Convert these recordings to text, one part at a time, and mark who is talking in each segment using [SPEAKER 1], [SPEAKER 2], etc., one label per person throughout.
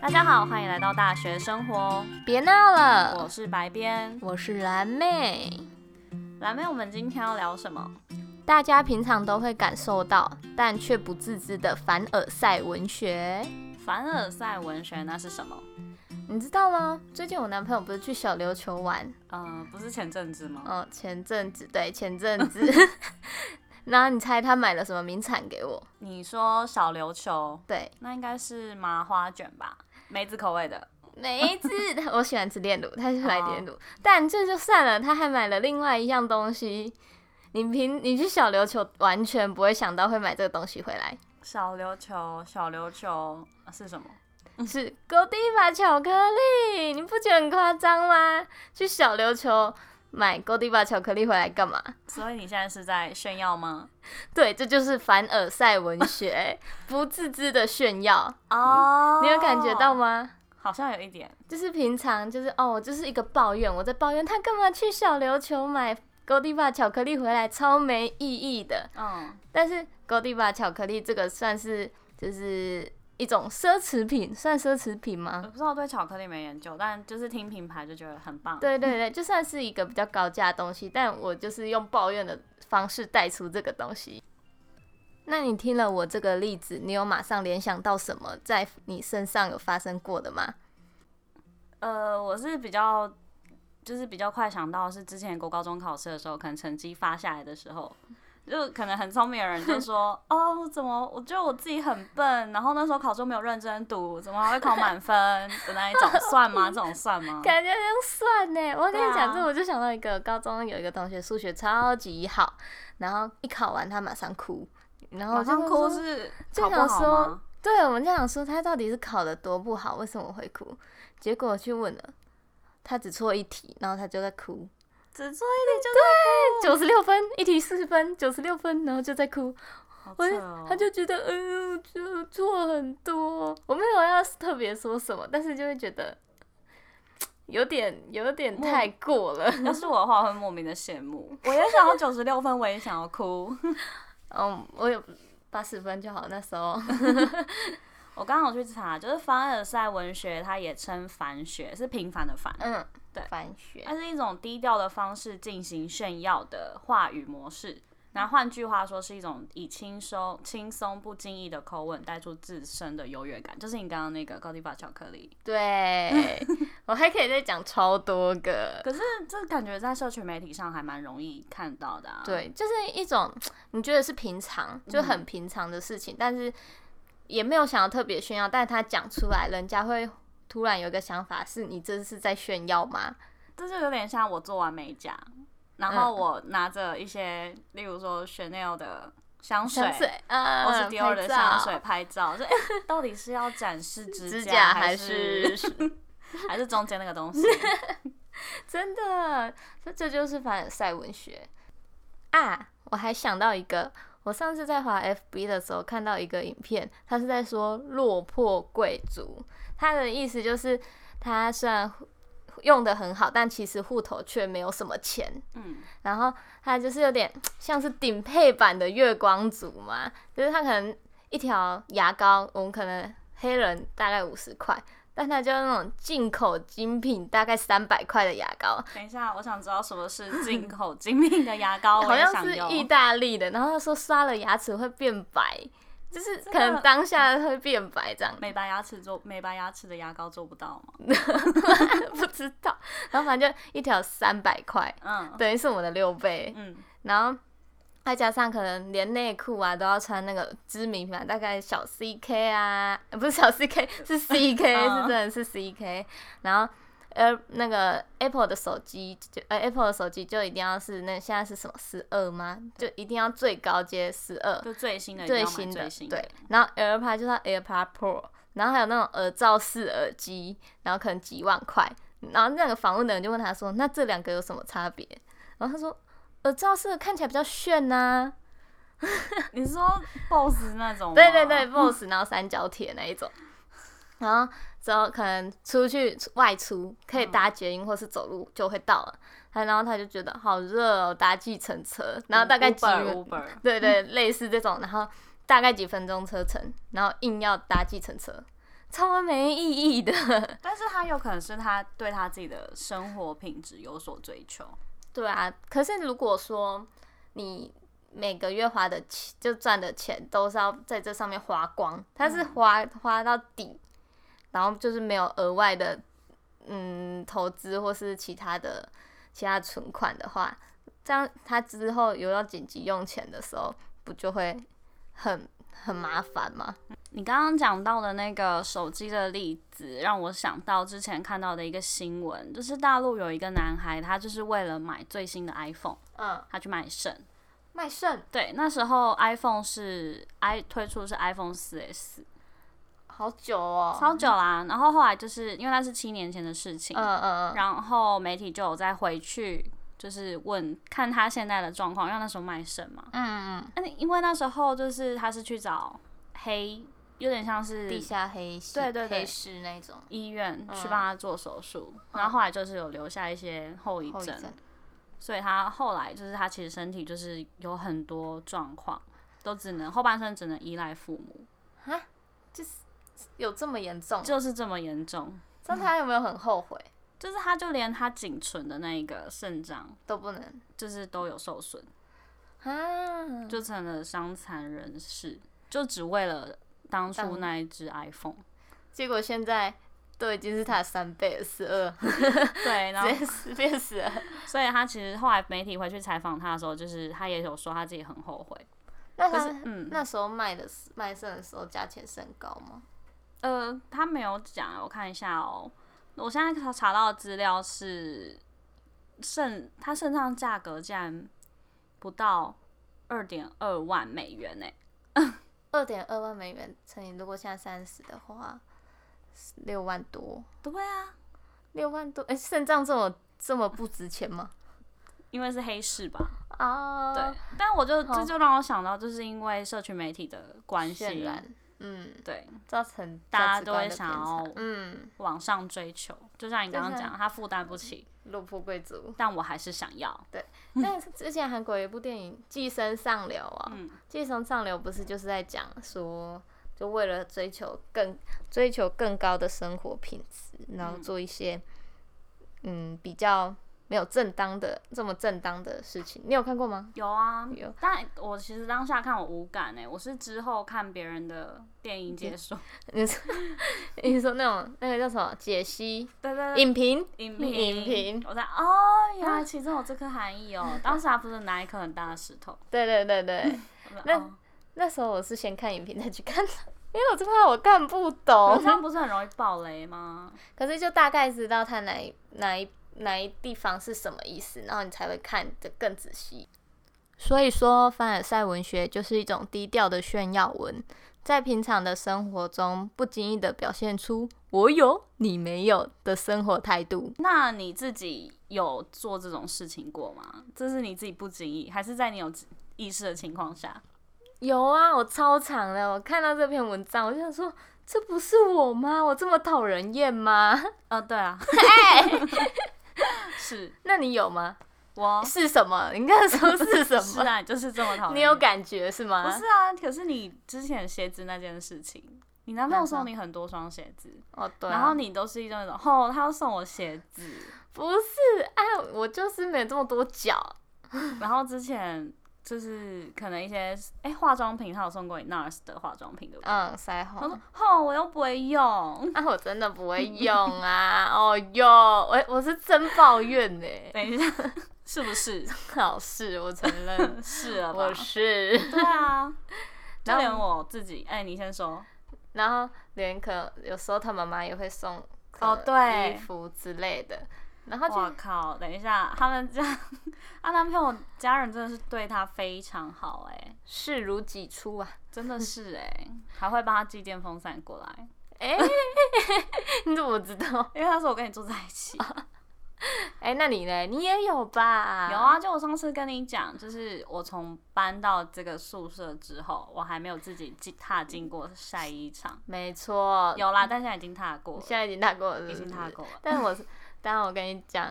[SPEAKER 1] 大家好，欢迎来到大学生活，
[SPEAKER 2] 别闹
[SPEAKER 1] 我
[SPEAKER 2] 了，
[SPEAKER 1] 是白边
[SPEAKER 2] 我是蓝妹。
[SPEAKER 1] 蓝妹。我们今天要聊什么？
[SPEAKER 2] 大家平常都会感受到，但却不自知的凡尔赛文学，
[SPEAKER 1] 凡尔赛文学那是什么？
[SPEAKER 2] 你知道吗？最近我男朋友不是去小琉球玩，
[SPEAKER 1] 呃，不是前阵子吗？
[SPEAKER 2] 哦，前阵子对，前阵子， 然后你猜他买了什么名产给我？
[SPEAKER 1] 你说小琉球，
[SPEAKER 2] 对，
[SPEAKER 1] 那应该是麻花卷吧，梅子口味的。
[SPEAKER 2] 梅子，我喜欢吃炼乳，他喜欢
[SPEAKER 1] 哦
[SPEAKER 2] 炼乳，但这就算了，他还买了另外一样东西。你平你去小琉球完全不会想到会买这个东西回来，
[SPEAKER 1] 小琉球，小琉球呃是什么？
[SPEAKER 2] 是 Godiva 巧克力，你不觉得很夸张吗？去小琉球买 Godiva 巧克力回来干嘛？
[SPEAKER 1] 所以你现在是在炫耀吗？
[SPEAKER 2] 对，这就是凡尔赛文学，哎不自知的炫耀，
[SPEAKER 1] 哦
[SPEAKER 2] 你有感觉到？吗？
[SPEAKER 1] 好像有一点。
[SPEAKER 2] 就是平常就是哦，我就是一个抱怨，我在抱怨他干嘛去小琉球买 Godiva 巧克力回来，超没意义的。
[SPEAKER 1] 嗯，
[SPEAKER 2] 但是 Godiva 巧克力这个算是就是一种奢侈品，算奢侈品吗
[SPEAKER 1] 我？不知道对巧克力没研究，但就是听品牌就觉得很棒。
[SPEAKER 2] 对对对，就算是一个比较高价的东西，但我就是用抱怨的方式带出这个东西。那你听了我这个例子，你有马上联想到什么在你身上有发生过的吗？
[SPEAKER 1] 呃，我是比较，就是比较快想到是之前国高中考试的时候，可能成绩发下来的时候，就可能很聪明的人就说， 哦，怎么我觉得我自己很笨，然后那时候考试没有认真读，怎么还会考满分的那一种，算吗？这种算吗？
[SPEAKER 2] 感觉像算呢。我跟你
[SPEAKER 1] 对啊
[SPEAKER 2] 讲这，我就想到一个高中有一个同学数学超级好，然后一考完他马上哭，然后
[SPEAKER 1] 马
[SPEAKER 2] 我就
[SPEAKER 1] 上哭
[SPEAKER 2] 说
[SPEAKER 1] 是
[SPEAKER 2] 就
[SPEAKER 1] 考不
[SPEAKER 2] 想
[SPEAKER 1] 好
[SPEAKER 2] 说
[SPEAKER 1] 吗？
[SPEAKER 2] 对，我们就想说他到底是考得多不好，为什么会哭？结果去问了，他只错一题，然后他就在哭。
[SPEAKER 1] 只做一
[SPEAKER 2] 九十六分，一题四十分，九十六分，然后就在哭，我
[SPEAKER 1] 点
[SPEAKER 2] 就
[SPEAKER 1] 就，好扯哦
[SPEAKER 2] 他就觉得，嗯、呃，就错很多。我没有要特别说什么，但是就会觉得有点有点
[SPEAKER 1] 莫
[SPEAKER 2] 太过了。
[SPEAKER 1] 要是我的话，我会莫名的羡慕，我也想要九十六分，我也想要哭。
[SPEAKER 2] 嗯，我有八十分就好，那时候
[SPEAKER 1] 我刚好去查，就是凡尔赛文学，它也称凡学，是平凡的凡，
[SPEAKER 2] 嗯，
[SPEAKER 1] 对
[SPEAKER 2] 翻学
[SPEAKER 1] 它是一种低调的方式进行炫耀的话语模式。那换句话说，是一种以轻松、轻松、不经意的口吻带出自身的优越感，就是你刚刚那个高迪巴巧克力。
[SPEAKER 2] 对我还可以再讲超多个。
[SPEAKER 1] 可是这感觉在社群媒体上还蛮容易看到的、啊。，
[SPEAKER 2] 对，就是一种你觉得是平常，就
[SPEAKER 1] 嗯
[SPEAKER 2] 很平常的事情，但是也没有想要特别炫耀，但是他讲出来，人家会突然有一个想法，是你这是在炫耀吗？
[SPEAKER 1] 这就有点像我做完美甲，然
[SPEAKER 2] 嗯
[SPEAKER 1] 后我拿着一些，例如说 Chanel 的香水，
[SPEAKER 2] 香水，呃，
[SPEAKER 1] 或是 Dior 的
[SPEAKER 2] 拍照
[SPEAKER 1] 香水拍照， 就、哎，到底是要展示指
[SPEAKER 2] 指甲
[SPEAKER 1] 还
[SPEAKER 2] 还
[SPEAKER 1] 是
[SPEAKER 2] 是
[SPEAKER 1] 还是中间那个东西？
[SPEAKER 2] 真的，这这就是凡尔赛文学啊！我还想到一个，我上次在滑 FB 的时候看到一个影片，他是在说落魄贵族，他的意思就是他虽然用的很好，但其实户头却没有什么钱，
[SPEAKER 1] 嗯，
[SPEAKER 2] 然后他就是有点像是顶配版的月光族嘛，就是他可能一条牙膏，我们可能黑人大概五十块，但他就用那种进口精品，大概三百块的牙膏，
[SPEAKER 1] 等一下，我想知道什么是进口精品的牙 膏，哦我
[SPEAKER 2] 好
[SPEAKER 1] 也
[SPEAKER 2] 像
[SPEAKER 1] 想
[SPEAKER 2] 是
[SPEAKER 1] 用
[SPEAKER 2] 意大利的。然后他说刷了牙齿会变白，就是
[SPEAKER 1] 真的
[SPEAKER 2] 可能当下会变白这样，
[SPEAKER 1] 美白牙齿做美白牙齿的牙膏做不到吗？
[SPEAKER 2] 不知道。然后反正就一条三百块，
[SPEAKER 1] 嗯
[SPEAKER 2] 等于是我们的六倍。
[SPEAKER 1] 嗯，
[SPEAKER 2] 然后再加上可能连内裤啊都要穿那个知名品牌，大概小 CK 啊，呃不是小 CK 是 CK，
[SPEAKER 1] 嗯
[SPEAKER 2] 是真的是 CK。然后呃那个 Apple 的手机就呃 Apple 的手机就一定要是那现在是什么十二吗？就一定要最高阶十二，
[SPEAKER 1] 就最新的一定
[SPEAKER 2] 最
[SPEAKER 1] 要买
[SPEAKER 2] 新
[SPEAKER 1] 最
[SPEAKER 2] 的
[SPEAKER 1] 新
[SPEAKER 2] 对。然后 AirPod 就是它 AirPod Pro，然后还有那种耳罩式耳机，然后可能几万块。然后那个访问的人就问他说：“那这两个有什么差别？”然后他说：“耳罩式的看起来比较炫呐、
[SPEAKER 1] 你是说 BOSS 那种吗？
[SPEAKER 2] 对对对，BOSS，然后三角铁那一种。然后之后可能出去出外出可以
[SPEAKER 1] 嗯
[SPEAKER 2] 搭捷运或是走路就会到了。他然后他就觉得好热哦，搭计程车，然后大概几
[SPEAKER 1] Uber Uber，
[SPEAKER 2] 对对，类似这种，然后大概几分钟车程，然后硬要搭计程车，超没意义的。
[SPEAKER 1] 但是他有可能是他对他自己的生活品质有所追求，
[SPEAKER 2] 对啊，可是如果说你每个月花的钱，就赚的钱都是要在这上面花光，它是花、花到底，然后就是没有额外的嗯投资或是其他的其他存款的话，这样他之后有要紧急用钱的时候，不就会很很麻烦吗？
[SPEAKER 1] 你刚刚讲到的那个手机的例子，让我想到之前看到的一个新闻，就是大陆有一个男孩，他就是为了买最新的 iPhone，
[SPEAKER 2] 嗯，
[SPEAKER 1] 他去卖肾。
[SPEAKER 2] 卖肾
[SPEAKER 1] 对，那时候 iPhone 是 i 推出是 iPhone 四 S，
[SPEAKER 2] 好久哦，
[SPEAKER 1] 超久啦。然后后来就是因为那是七年前的事情，
[SPEAKER 2] 嗯嗯嗯，
[SPEAKER 1] 然后媒体就有再回去，就是问看他现在的状况，因为那时候卖肾嘛。
[SPEAKER 2] 嗯嗯
[SPEAKER 1] 那你因为那时候就是他是去找黑，有点像
[SPEAKER 2] 嗯，
[SPEAKER 1] 是
[SPEAKER 2] 地下黑市，
[SPEAKER 1] 对对对
[SPEAKER 2] 黑市那种
[SPEAKER 1] 医院
[SPEAKER 2] 嗯
[SPEAKER 1] 去帮他做手术，然后后来就是有留下一些后遗
[SPEAKER 2] 后遗
[SPEAKER 1] 症，
[SPEAKER 2] 症，
[SPEAKER 1] 所以他后来就是他其实身体就是有很多状况，都只能后半生只能依赖父母，
[SPEAKER 2] 有这么严重？
[SPEAKER 1] 就是这么严重。
[SPEAKER 2] 那他有没有很后悔？
[SPEAKER 1] 就是他就连他仅存的那一个肾脏，
[SPEAKER 2] 都不能
[SPEAKER 1] 就是都有受损，
[SPEAKER 2] 啊，
[SPEAKER 1] 就成了伤残人士，就只为了当初
[SPEAKER 2] 当
[SPEAKER 1] 那一只 iPhone。
[SPEAKER 2] 结果现在都已经是他的三倍了，十二，
[SPEAKER 1] 对，然后
[SPEAKER 2] 直接十 变十二。
[SPEAKER 1] 所以他其实后来媒体回去采访他的时候，就是他也有说他自己很后悔，
[SPEAKER 2] 那
[SPEAKER 1] 可
[SPEAKER 2] 他
[SPEAKER 1] 是嗯
[SPEAKER 2] 那时候卖的时卖肾的时候价钱是很高吗？
[SPEAKER 1] 呃，他没有讲，我看一下哦。我现在查查到的资料是肾，他肾脏价格竟然不到二点二万美元呢、欸
[SPEAKER 2] 二点二万美元乘以如果现在三十的话，六万多，
[SPEAKER 1] 对啊，
[SPEAKER 2] 六万多，哎、肾脏这么这么不值钱吗？
[SPEAKER 1] 因为是黑市吧？
[SPEAKER 2] 啊，
[SPEAKER 1] 对，，但我就
[SPEAKER 2] 好
[SPEAKER 1] 这就让我想到，就是因为社群媒体的关
[SPEAKER 2] 渲
[SPEAKER 1] 系，
[SPEAKER 2] 染，嗯，
[SPEAKER 1] 对，
[SPEAKER 2] 造成
[SPEAKER 1] 大家
[SPEAKER 2] 价值
[SPEAKER 1] 都
[SPEAKER 2] 观
[SPEAKER 1] 会
[SPEAKER 2] 的
[SPEAKER 1] 想
[SPEAKER 2] 偏差
[SPEAKER 1] 要
[SPEAKER 2] 嗯，
[SPEAKER 1] 往上追求，就像你刚刚
[SPEAKER 2] 就是
[SPEAKER 1] 讲，他负担不起，
[SPEAKER 2] 落魄贵族。
[SPEAKER 1] 但我还是想要。
[SPEAKER 2] 但是之前韩国有一部电影《寄生上流》啊，
[SPEAKER 1] 嗯
[SPEAKER 2] 寄生上流不是就是在讲说，就为了追求更追求更高的生活品质，然后做一些嗯比较没有正当的这么正当的事情。你有看过吗？
[SPEAKER 1] 有啊，
[SPEAKER 2] 有
[SPEAKER 1] 但我其实当下看我无感哎、我是之后看别人的电影解说，
[SPEAKER 2] 你说你说那种那个叫什么解析
[SPEAKER 1] 对对对，
[SPEAKER 2] 影评？
[SPEAKER 1] 影评
[SPEAKER 2] 嗯影评
[SPEAKER 1] 我在哦，原来其中有这颗含义 哦。当时还不是拿一颗很大的石头，
[SPEAKER 2] 对对对对，
[SPEAKER 1] 我
[SPEAKER 2] 那
[SPEAKER 1] 说哦
[SPEAKER 2] 那时候我是先看影评再去看的，因为我就怕我看不
[SPEAKER 1] 可
[SPEAKER 2] 懂
[SPEAKER 1] 是。这样不是很容易爆雷吗？
[SPEAKER 2] 可是就大概知道它哪一哪一哪一地方是什么意思，然后你才会看得更仔细。所以说，凡尔赛文学就是一种低调的炫耀文，在平常的生活中不经意的表现出“我有你没有”的生活态度。
[SPEAKER 1] 那你自己有做这种事情过吗？这是你自己不经意，还是在你有意识的情况下？
[SPEAKER 2] 有啊，我超长的，我看到这篇文章，我就想说，这不是我吗？我这么讨人厌吗？
[SPEAKER 1] 呃，对啊， 是
[SPEAKER 2] 那你有吗？
[SPEAKER 1] 我
[SPEAKER 2] 是什么？你刚才说是 什
[SPEAKER 1] 是
[SPEAKER 2] 么？
[SPEAKER 1] 啊，你就是这么讨厌。
[SPEAKER 2] 你有感觉是吗？
[SPEAKER 1] 不是啊，可是你之前鞋子那件事情，你男朋友
[SPEAKER 2] 男生
[SPEAKER 1] 送你很多双鞋子，
[SPEAKER 2] 哦，嗯对啊、
[SPEAKER 1] 然后你都是一种那种，哦，他要送我鞋 子。
[SPEAKER 2] 不是，哎，我就是没有这么多脚。
[SPEAKER 1] 然后之前就是可能一些哎、化妆品，他有送过你 NARS 的化妆品，对不对？
[SPEAKER 2] 嗯，
[SPEAKER 1] 他
[SPEAKER 2] 腮红
[SPEAKER 1] 说，哦，我又不会用。
[SPEAKER 2] 啊，我真的不会用啊。 哦哟，我我是真抱怨呢、
[SPEAKER 1] 等 一下，是不是？，
[SPEAKER 2] 好是，我承 认
[SPEAKER 1] 是了吧
[SPEAKER 2] 我？是。
[SPEAKER 1] 对啊，就
[SPEAKER 2] 然后
[SPEAKER 1] 连我自己，哎、你先说。
[SPEAKER 2] 然后连可能有时候他妈妈也会送
[SPEAKER 1] 哦
[SPEAKER 2] 可能
[SPEAKER 1] 对
[SPEAKER 2] 衣服之类的，然后
[SPEAKER 1] 我
[SPEAKER 2] 就
[SPEAKER 1] 靠，等一下，他们家， 她男朋友家人真的是对她非常好、哎。
[SPEAKER 2] 视如己出啊。
[SPEAKER 1] 真的是哎、还会帮他寄电风扇过来，
[SPEAKER 2] 哎、你怎么知道？
[SPEAKER 1] 因为他说我跟你住在一起。
[SPEAKER 2] 啊哎、那你呢？你也有吧？
[SPEAKER 1] 有，啊，就我上次跟你讲，就是我从搬到这个宿舍之后，我还没有自己进踏进过晒衣场。
[SPEAKER 2] 没错。
[SPEAKER 1] 有啦，但现在已经踏过
[SPEAKER 2] 你
[SPEAKER 1] 了，
[SPEAKER 2] 现在已经大过了是不
[SPEAKER 1] 已
[SPEAKER 2] 是，
[SPEAKER 1] 经踏过了。
[SPEAKER 2] 但我是，但我跟你讲，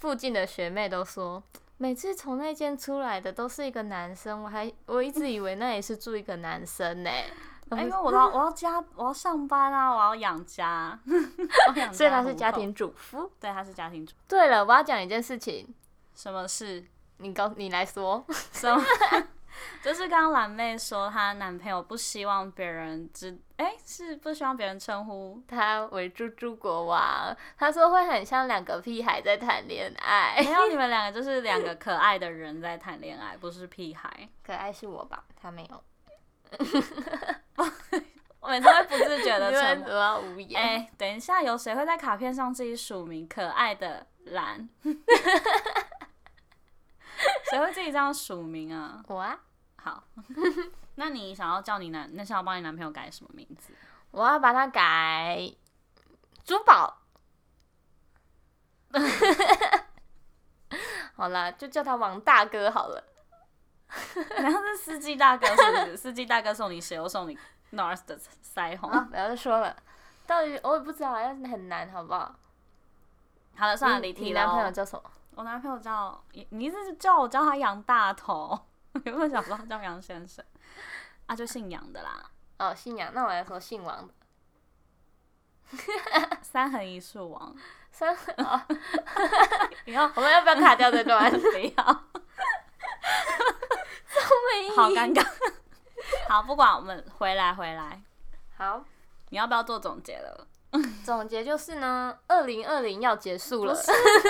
[SPEAKER 2] 附近的学妹都说，每次从那间出来的都是一个男生，我还我一直以为那也是住一个男生呢、
[SPEAKER 1] 哎因为
[SPEAKER 2] 啊
[SPEAKER 1] 我要我要加我要上班啊，我要养家， 我养家
[SPEAKER 2] 所以她是
[SPEAKER 1] 糊
[SPEAKER 2] 家
[SPEAKER 1] 口
[SPEAKER 2] 庭，主妇。
[SPEAKER 1] 对，她是家庭主，
[SPEAKER 2] 对了，我要讲一件事情，
[SPEAKER 1] 什么事？
[SPEAKER 2] 你告你来说，
[SPEAKER 1] 什么？ 就是刚刚蓝妹说，她男朋友不希望别人知，哎、是不希望别人称呼
[SPEAKER 2] 她为猪猪国王，她说会很像两个屁孩在谈恋爱。
[SPEAKER 1] 没有，你们两个就是两个可爱的人在谈恋爱，不是屁孩。
[SPEAKER 2] 可爱是我吧？她没有，
[SPEAKER 1] 我每次会不自觉的
[SPEAKER 2] 因
[SPEAKER 1] 沉
[SPEAKER 2] 为
[SPEAKER 1] 默。
[SPEAKER 2] 我要无言。
[SPEAKER 1] 哎、等一下，有谁会在卡片上自己署名“可爱的蓝”？ 谁会自己这样署名啊？
[SPEAKER 2] 我啊，
[SPEAKER 1] 好， 那你想要叫你男，那想要帮你男朋友改什么名字？
[SPEAKER 2] 我要把它改珠宝。 好啦，就叫他王大哥好了。
[SPEAKER 1] 然后是司机大哥是不 是？司机大哥送你谁？又送你 NARS 的腮红。
[SPEAKER 2] 啊，不要再说了，到底我也不知道，要很难，好不好？
[SPEAKER 1] 好了，算了，离
[SPEAKER 2] 你你
[SPEAKER 1] 题了。哦
[SPEAKER 2] 男朋友叫什么？
[SPEAKER 1] 我男朋友叫你你一直叫我叫他杨大头， 我原本想说他叫杨先生，啊，就姓杨的啦，
[SPEAKER 2] 哦，姓杨。那我来说姓王的。
[SPEAKER 1] 三横一竖王。
[SPEAKER 2] 三，哦、
[SPEAKER 1] 你要
[SPEAKER 2] 我们要不要卡掉这段？
[SPEAKER 1] 不要？ 好尴 尬。好，不管我们回来回来，
[SPEAKER 2] 好，
[SPEAKER 1] 你要不要做总结了？
[SPEAKER 2] 总结就是呢，二零二零要结束了。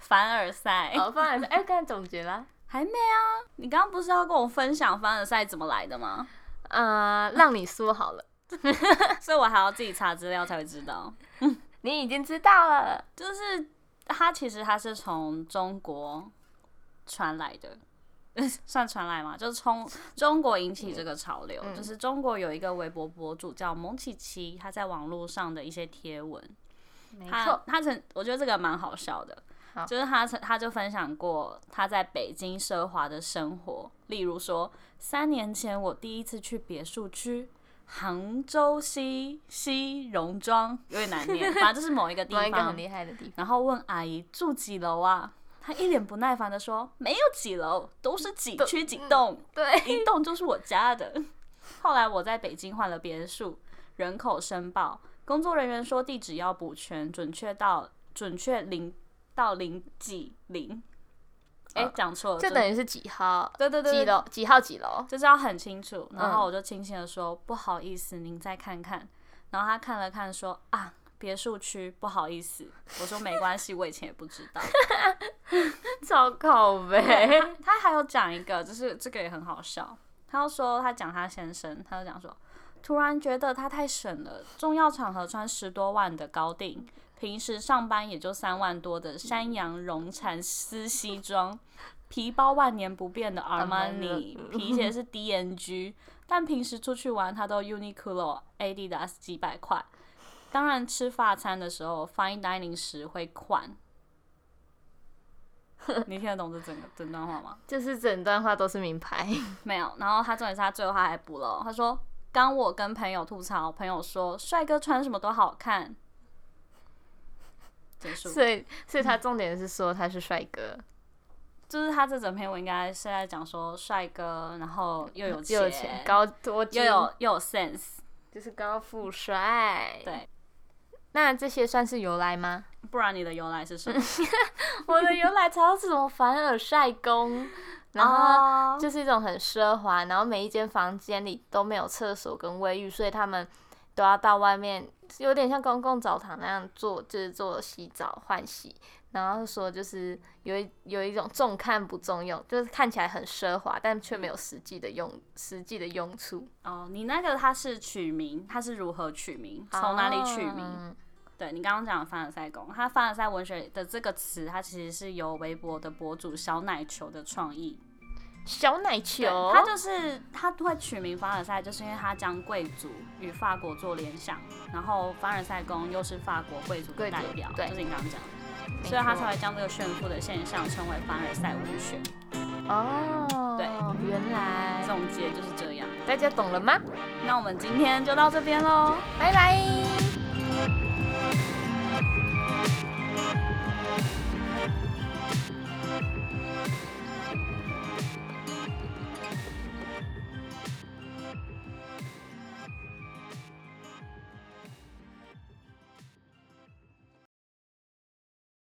[SPEAKER 1] 凡尔赛、
[SPEAKER 2] 好，放来，哎，刚才总结啦。
[SPEAKER 1] 还没啊？你刚刚不是要跟我分享凡尔赛怎么来的吗？
[SPEAKER 2] 呃，让你说好了，
[SPEAKER 1] 所以我还要自己查资料才会知道。
[SPEAKER 2] 你已经知道了。
[SPEAKER 1] 就是它其实它是从中国传来的， 算传来嘛，就是从中国引起这个潮流。
[SPEAKER 2] 嗯
[SPEAKER 1] 就是中国有一个微博博主叫蒙奇奇，他在网络上的一些贴文，
[SPEAKER 2] 没
[SPEAKER 1] 他，他曾我觉得这个蛮好笑的
[SPEAKER 2] 好。
[SPEAKER 1] 就是他曾，他就分享过他在北京奢华的生活，例如说，三年前我第一次去别墅区杭州西西戎庄，有点难念，反正就是某一个地
[SPEAKER 2] 另一个
[SPEAKER 1] 方
[SPEAKER 2] 很，厉害的地方。
[SPEAKER 1] 然后问阿姨住几楼啊？她一脸不耐烦的说：“没有几楼，都是几区
[SPEAKER 2] 嗯
[SPEAKER 1] 几栋，
[SPEAKER 2] 对，
[SPEAKER 1] 一栋就是我家的。”后来我在北京换了别墅，人口申报，工作人员说地址要补全，准确到准确零到零几零，哎、讲错了，
[SPEAKER 2] 就呃等于是几号？
[SPEAKER 1] 对对对
[SPEAKER 2] 几
[SPEAKER 1] 对
[SPEAKER 2] 楼？几号？几 楼？
[SPEAKER 1] 就是要很清楚。然
[SPEAKER 2] 嗯
[SPEAKER 1] 后我就轻轻的说：“不好意思，您再看看。”然后他看了看说：“啊，别墅区，不好意思。”我说：“没关系，我以前也不知道。
[SPEAKER 2] 糟糕呗！
[SPEAKER 1] 他”他还有讲一个，就是这个也很好笑。他就说他讲他先生，他就讲说，突然觉得他太省了，重要场合穿十多万的高定。平时上班也就三万多的山羊绒蚕丝西装，皮包万年不变的 Armani，
[SPEAKER 2] Armani
[SPEAKER 1] 皮鞋是 DNG，但平时出去玩他都 Uniqlo、Adidas 几百块。当然吃法餐的时候，fine dining 时会款。你听得懂这整个整段话吗？
[SPEAKER 2] 就是整段话都是名牌，
[SPEAKER 1] 没有。然后他重点是他最后他还补了哦，他说：“刚我跟朋友吐槽，朋友说帅哥穿什么都好看。”结束。
[SPEAKER 2] 所以所以他重点是说他是帅哥，
[SPEAKER 1] 就是他这整篇我应该是在讲说帅哥，然后又有
[SPEAKER 2] 又有钱，高多金
[SPEAKER 1] 又有又有 sense，
[SPEAKER 2] 就是高富帅。
[SPEAKER 1] 对，
[SPEAKER 2] 那这些算是由来吗？
[SPEAKER 1] 不然你的由来是什么？
[SPEAKER 2] 我的由来才要是什么凡尔赛宫，啊然后
[SPEAKER 1] 后
[SPEAKER 2] 就是一种很奢华，然后每一间房间里都没有厕所跟卫浴，所以他们都要到外面，有点像公共澡堂那样做，就是做洗澡换洗。然后说就是有一有一种重看不重用，就是看起来很奢华，但却没有实际的用实际的用处。
[SPEAKER 1] 哦，你那个他是取名，他是如何取名，从哪里取名？
[SPEAKER 2] 啊
[SPEAKER 1] 对你刚刚讲的凡尔赛宫，它凡尔赛文学的这个词，它其实是由微博的博主小奶球的创意。
[SPEAKER 2] 小奶
[SPEAKER 1] 对
[SPEAKER 2] 球，
[SPEAKER 1] 他就是他会取名凡尔赛，就是因为他将贵族与法国做联想，然后凡尔赛宫又是法国贵族的
[SPEAKER 2] 贵族
[SPEAKER 1] 代表，
[SPEAKER 2] 对
[SPEAKER 1] 就是你刚刚讲的。
[SPEAKER 2] 没
[SPEAKER 1] 所以他
[SPEAKER 2] 错
[SPEAKER 1] 才会将这个炫富的现象称为凡尔赛文学。
[SPEAKER 2] 哦，
[SPEAKER 1] 对，
[SPEAKER 2] 原来
[SPEAKER 1] 总结就是这样。
[SPEAKER 2] 大家懂了吗？
[SPEAKER 1] 那我们今天就到这边喽。
[SPEAKER 2] 拜拜。